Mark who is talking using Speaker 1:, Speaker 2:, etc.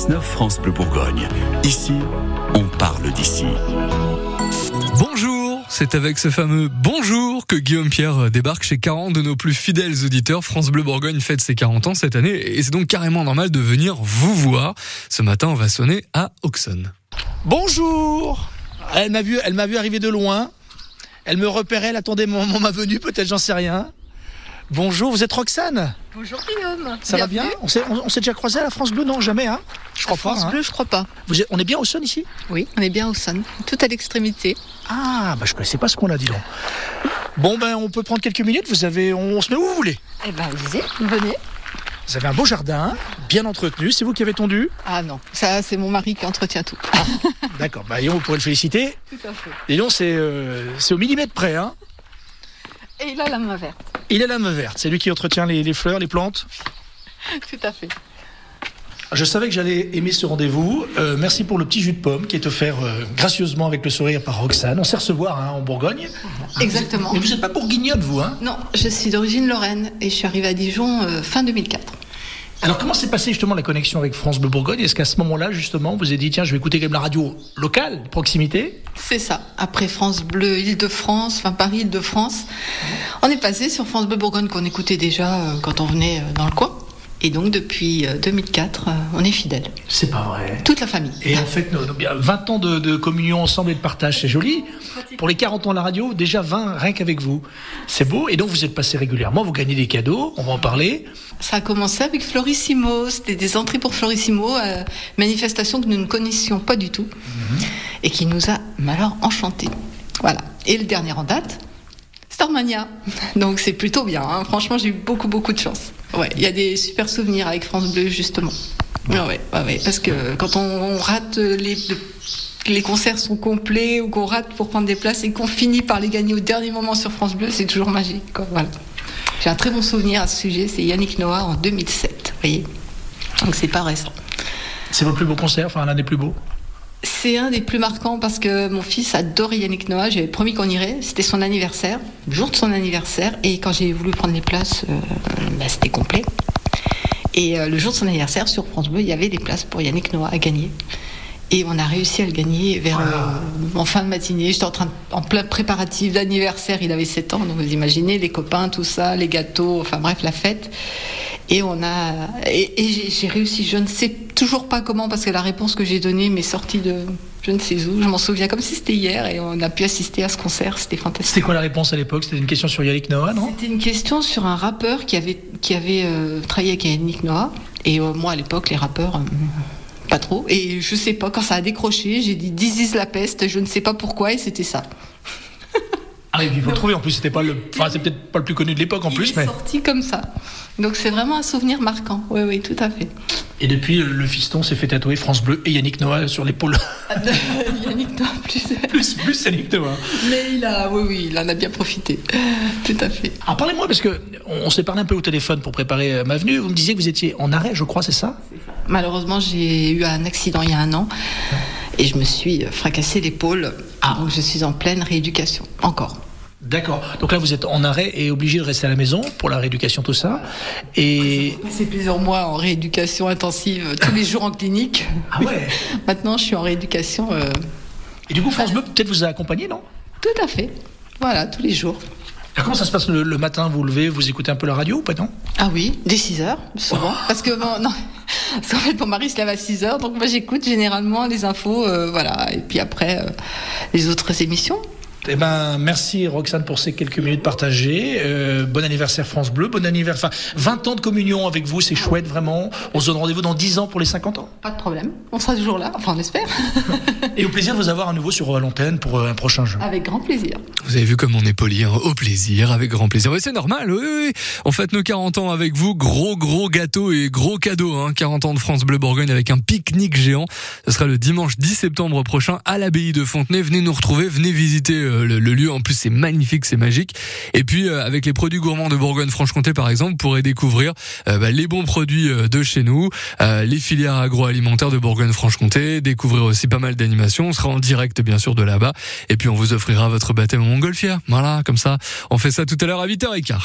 Speaker 1: 6-9 France Bleu Bourgogne. Ici, on parle d'ici.
Speaker 2: Bonjour, c'est avec ce fameux bonjour que Guillaume Pierre euh, débarque chez 40 de nos plus fidèles auditeurs. France Bleu Bourgogne fête ses 40 ans cette année et c'est donc carrément normal de venir vous voir. Ce matin, on va sonner à Auxonne.
Speaker 3: Bonjour Elle m'a vu, elle m'a vu arriver de loin. Elle me repérait, elle attendait mon, mon- ma venue, peut-être, j'en sais rien. Bonjour, vous êtes Roxane
Speaker 4: Bonjour Guillaume.
Speaker 3: Ça va bien
Speaker 4: Bienvenue.
Speaker 3: On s'est on- on s'est déjà croisé à la France Bleu Non, jamais, hein Je crois pas.
Speaker 4: France
Speaker 3: hein.
Speaker 4: Bleu, je crois pas.
Speaker 3: Vous êtes- on est bien au son ici
Speaker 4: Oui, on est bien au son, tout à l'extrémité.
Speaker 3: Ah, bah je connaissais pas ce qu'on a, dis donc. Bon, ben on peut prendre quelques minutes, vous avez, on, on se met où vous voulez.
Speaker 4: Eh ben, lisez, venez.
Speaker 3: Vous avez un beau jardin, bien entretenu, c'est vous qui avez tondu
Speaker 4: Ah non, ça c'est mon mari qui entretient tout.
Speaker 3: D'accord, bah et on pourrait le féliciter.
Speaker 4: Tout à fait.
Speaker 3: Et non, c'est euh, c'est au millimètre près, hein
Speaker 4: Et il a la main verte.
Speaker 3: Il a la main verte, c'est lui qui entretient les- les fleurs, les plantes
Speaker 4: Tout à fait.
Speaker 3: Je savais que j'allais aimer ce rendez-vous. Euh, merci pour le petit jus de pomme qui est offert euh, gracieusement avec le sourire par Roxane. On sait recevoir hein, en Bourgogne.
Speaker 4: Exactement.
Speaker 3: Mais vous n'êtes pas bourguignonne, vous. Hein
Speaker 4: Non, je suis d'origine lorraine et je suis arrivée à Dijon euh, fin 2004.
Speaker 3: Alors, comment s'est passée justement la connexion avec France Bleu Bourgogne Est-ce qu'à ce moment-là, justement, vous vous êtes dit, tiens, je vais écouter quand même la radio locale, de proximité
Speaker 4: C'est ça. Après France Bleu, Île-de-France, enfin Paris, Île-de-France, on est passé sur France Bleu Bourgogne qu'on écoutait déjà euh, quand on venait euh, dans le coin. Et donc depuis euh, 2004, euh, on est fidèles.
Speaker 3: C'est pas vrai.
Speaker 4: Toute la famille.
Speaker 3: Et en fait, nos- nos- bien, 20 ans de, de communion ensemble et de partage, c'est joli. Pour les 40 ans de la radio, déjà 20 rien qu'avec vous. C'est beau. Et donc, vous êtes passé régulièrement, vous gagnez des cadeaux, on va en parler.
Speaker 4: Ça a commencé avec Florissimo, c'était des entrées pour Florissimo, euh, manifestation que nous ne connaissions pas du tout et qui nous a mais alors enchantés. Voilà. Et le dernier en date, Starmania. Donc c'est plutôt bien, hein. franchement j'ai eu beaucoup beaucoup de chance. Ouais, il y a des super souvenirs avec France Bleu justement. Ouais, ouais, ouais, ouais, parce que quand on, on rate les, les concerts sont complets ou qu'on rate pour prendre des places et qu'on finit par les gagner au dernier moment sur France Bleu, c'est toujours magique. quoi. Voilà. J'ai un très bon souvenir à ce sujet, c'est Yannick Noah en 2007, vous voyez. Donc c'est pas récent.
Speaker 3: C'est votre plus beau concert, enfin, l'un des plus beaux.
Speaker 4: C'est un des plus marquants parce que mon fils adorait Yannick Noah, j'avais promis qu'on irait, c'était son anniversaire, le jour de son anniversaire, et quand j'ai voulu prendre les places, euh, bah, c'était complet. Et euh, le jour de son anniversaire, sur France Bleu, il y avait des places pour Yannick Noah à gagner. Et on a réussi à le gagner vers euh, en fin de matinée. J'étais en train de- en plein préparatif d'anniversaire. Il avait 7 ans, donc vous imaginez les copains, tout ça, les gâteaux, enfin bref, la fête. Et on a et, et j'ai- j'ai réussi. Je ne sais toujours pas comment parce que la réponse que j'ai donnée m'est sortie de je ne sais où. Je m'en souviens comme si c'était hier et on a pu assister à ce concert. C'était fantastique.
Speaker 3: C'était quoi la réponse à l'époque C'était une question sur Yannick Noah, non
Speaker 4: C'était une question sur un rappeur qui avait, qui avait euh, travaillé avec Yannick Noah. Et euh, moi, à l'époque, les rappeurs, euh, pas trop. Et je sais pas, quand ça a décroché, j'ai dit This is la peste, je ne sais pas pourquoi, et c'était ça.
Speaker 3: Ah oui, il faut le trouver. En plus, c'était pas le, enfin, c'est peut-être pas le plus connu de l'époque en
Speaker 4: Il
Speaker 3: plus,
Speaker 4: est
Speaker 3: mais.
Speaker 4: sorti comme ça. Donc c'est vraiment un souvenir marquant. Oui, oui, tout à fait.
Speaker 3: Et depuis, le- le fiston s'est fait tatouer France Bleu et Yannick Noah sur l'épaule.
Speaker 4: Yannick Noah, plus.
Speaker 3: plus, plus Yannick Noah.
Speaker 4: Mais il a, oui, oui, il en a bien profité. Tout à fait.
Speaker 3: Alors parlez-moi parce que on, on s'est parlé un peu au téléphone pour préparer euh, ma venue. Vous me disiez que vous étiez en arrêt, je crois, c'est ça
Speaker 4: Malheureusement, j'ai eu un accident il y a un an et je me suis fracassé l'épaule.
Speaker 3: Ah.
Speaker 4: Donc je suis en pleine rééducation, encore.
Speaker 3: D'accord. Donc là, vous êtes en arrêt et obligé de rester à la maison pour la rééducation, tout ça. Et
Speaker 4: C'est plusieurs mois en rééducation intensive, tous les jours en clinique.
Speaker 3: ah ouais.
Speaker 4: Maintenant, je suis en rééducation. euh,
Speaker 3: Et du coup, France Bleu peut-être vous a accompagné, non
Speaker 4: tout à fait. Voilà, tous les jours.
Speaker 3: Alors comment ça se passe le, le matin Vous vous levez, vous écoutez un peu la radio ou pas non
Speaker 4: Ah oui, dès 6 heures, souvent. Parce que mon, non, parce qu'en fait, mon mari se lève à 6 heures, donc moi, j'écoute généralement les infos, euh, voilà. Et puis après, euh, les autres émissions.
Speaker 3: Eh ben, merci Roxane pour ces quelques minutes partagées. Euh, bon anniversaire France Bleu, bon anniversaire. Enfin, 20 ans de communion avec vous, c'est chouette vraiment. On se donne rendez-vous dans 10 ans pour les 50 ans.
Speaker 4: Pas de problème. On sera toujours là, enfin, on espère.
Speaker 3: Et au plaisir de vous avoir à nouveau sur euh, l'antenne pour euh, un prochain jeu.
Speaker 4: Avec grand plaisir.
Speaker 2: Vous avez vu comme on est poli, hein, au plaisir, avec grand plaisir. Oui, c'est normal, oui, oui, oui. On fête nos 40 ans avec vous, gros, gros gâteau et gros cadeau. Hein. 40 ans de France Bleu Bourgogne avec un pique-nique géant. Ce sera le dimanche 10 septembre prochain à l'abbaye de Fontenay. Venez nous retrouver, venez visiter euh, le, le lieu. En plus, c'est magnifique, c'est magique. Et puis, euh, avec les produits gourmands de Bourgogne-Franche-Comté, par exemple, vous pourrez découvrir euh, bah, les bons produits euh, de chez nous, euh, les filières agroalimentaires de Bourgogne-Franche-Comté, découvrir aussi pas mal d'animations. On sera en direct, bien sûr, de là-bas. Et puis on vous offrira votre baptême en montgolfière. Voilà, comme ça. On fait ça tout à l'heure à 8h15.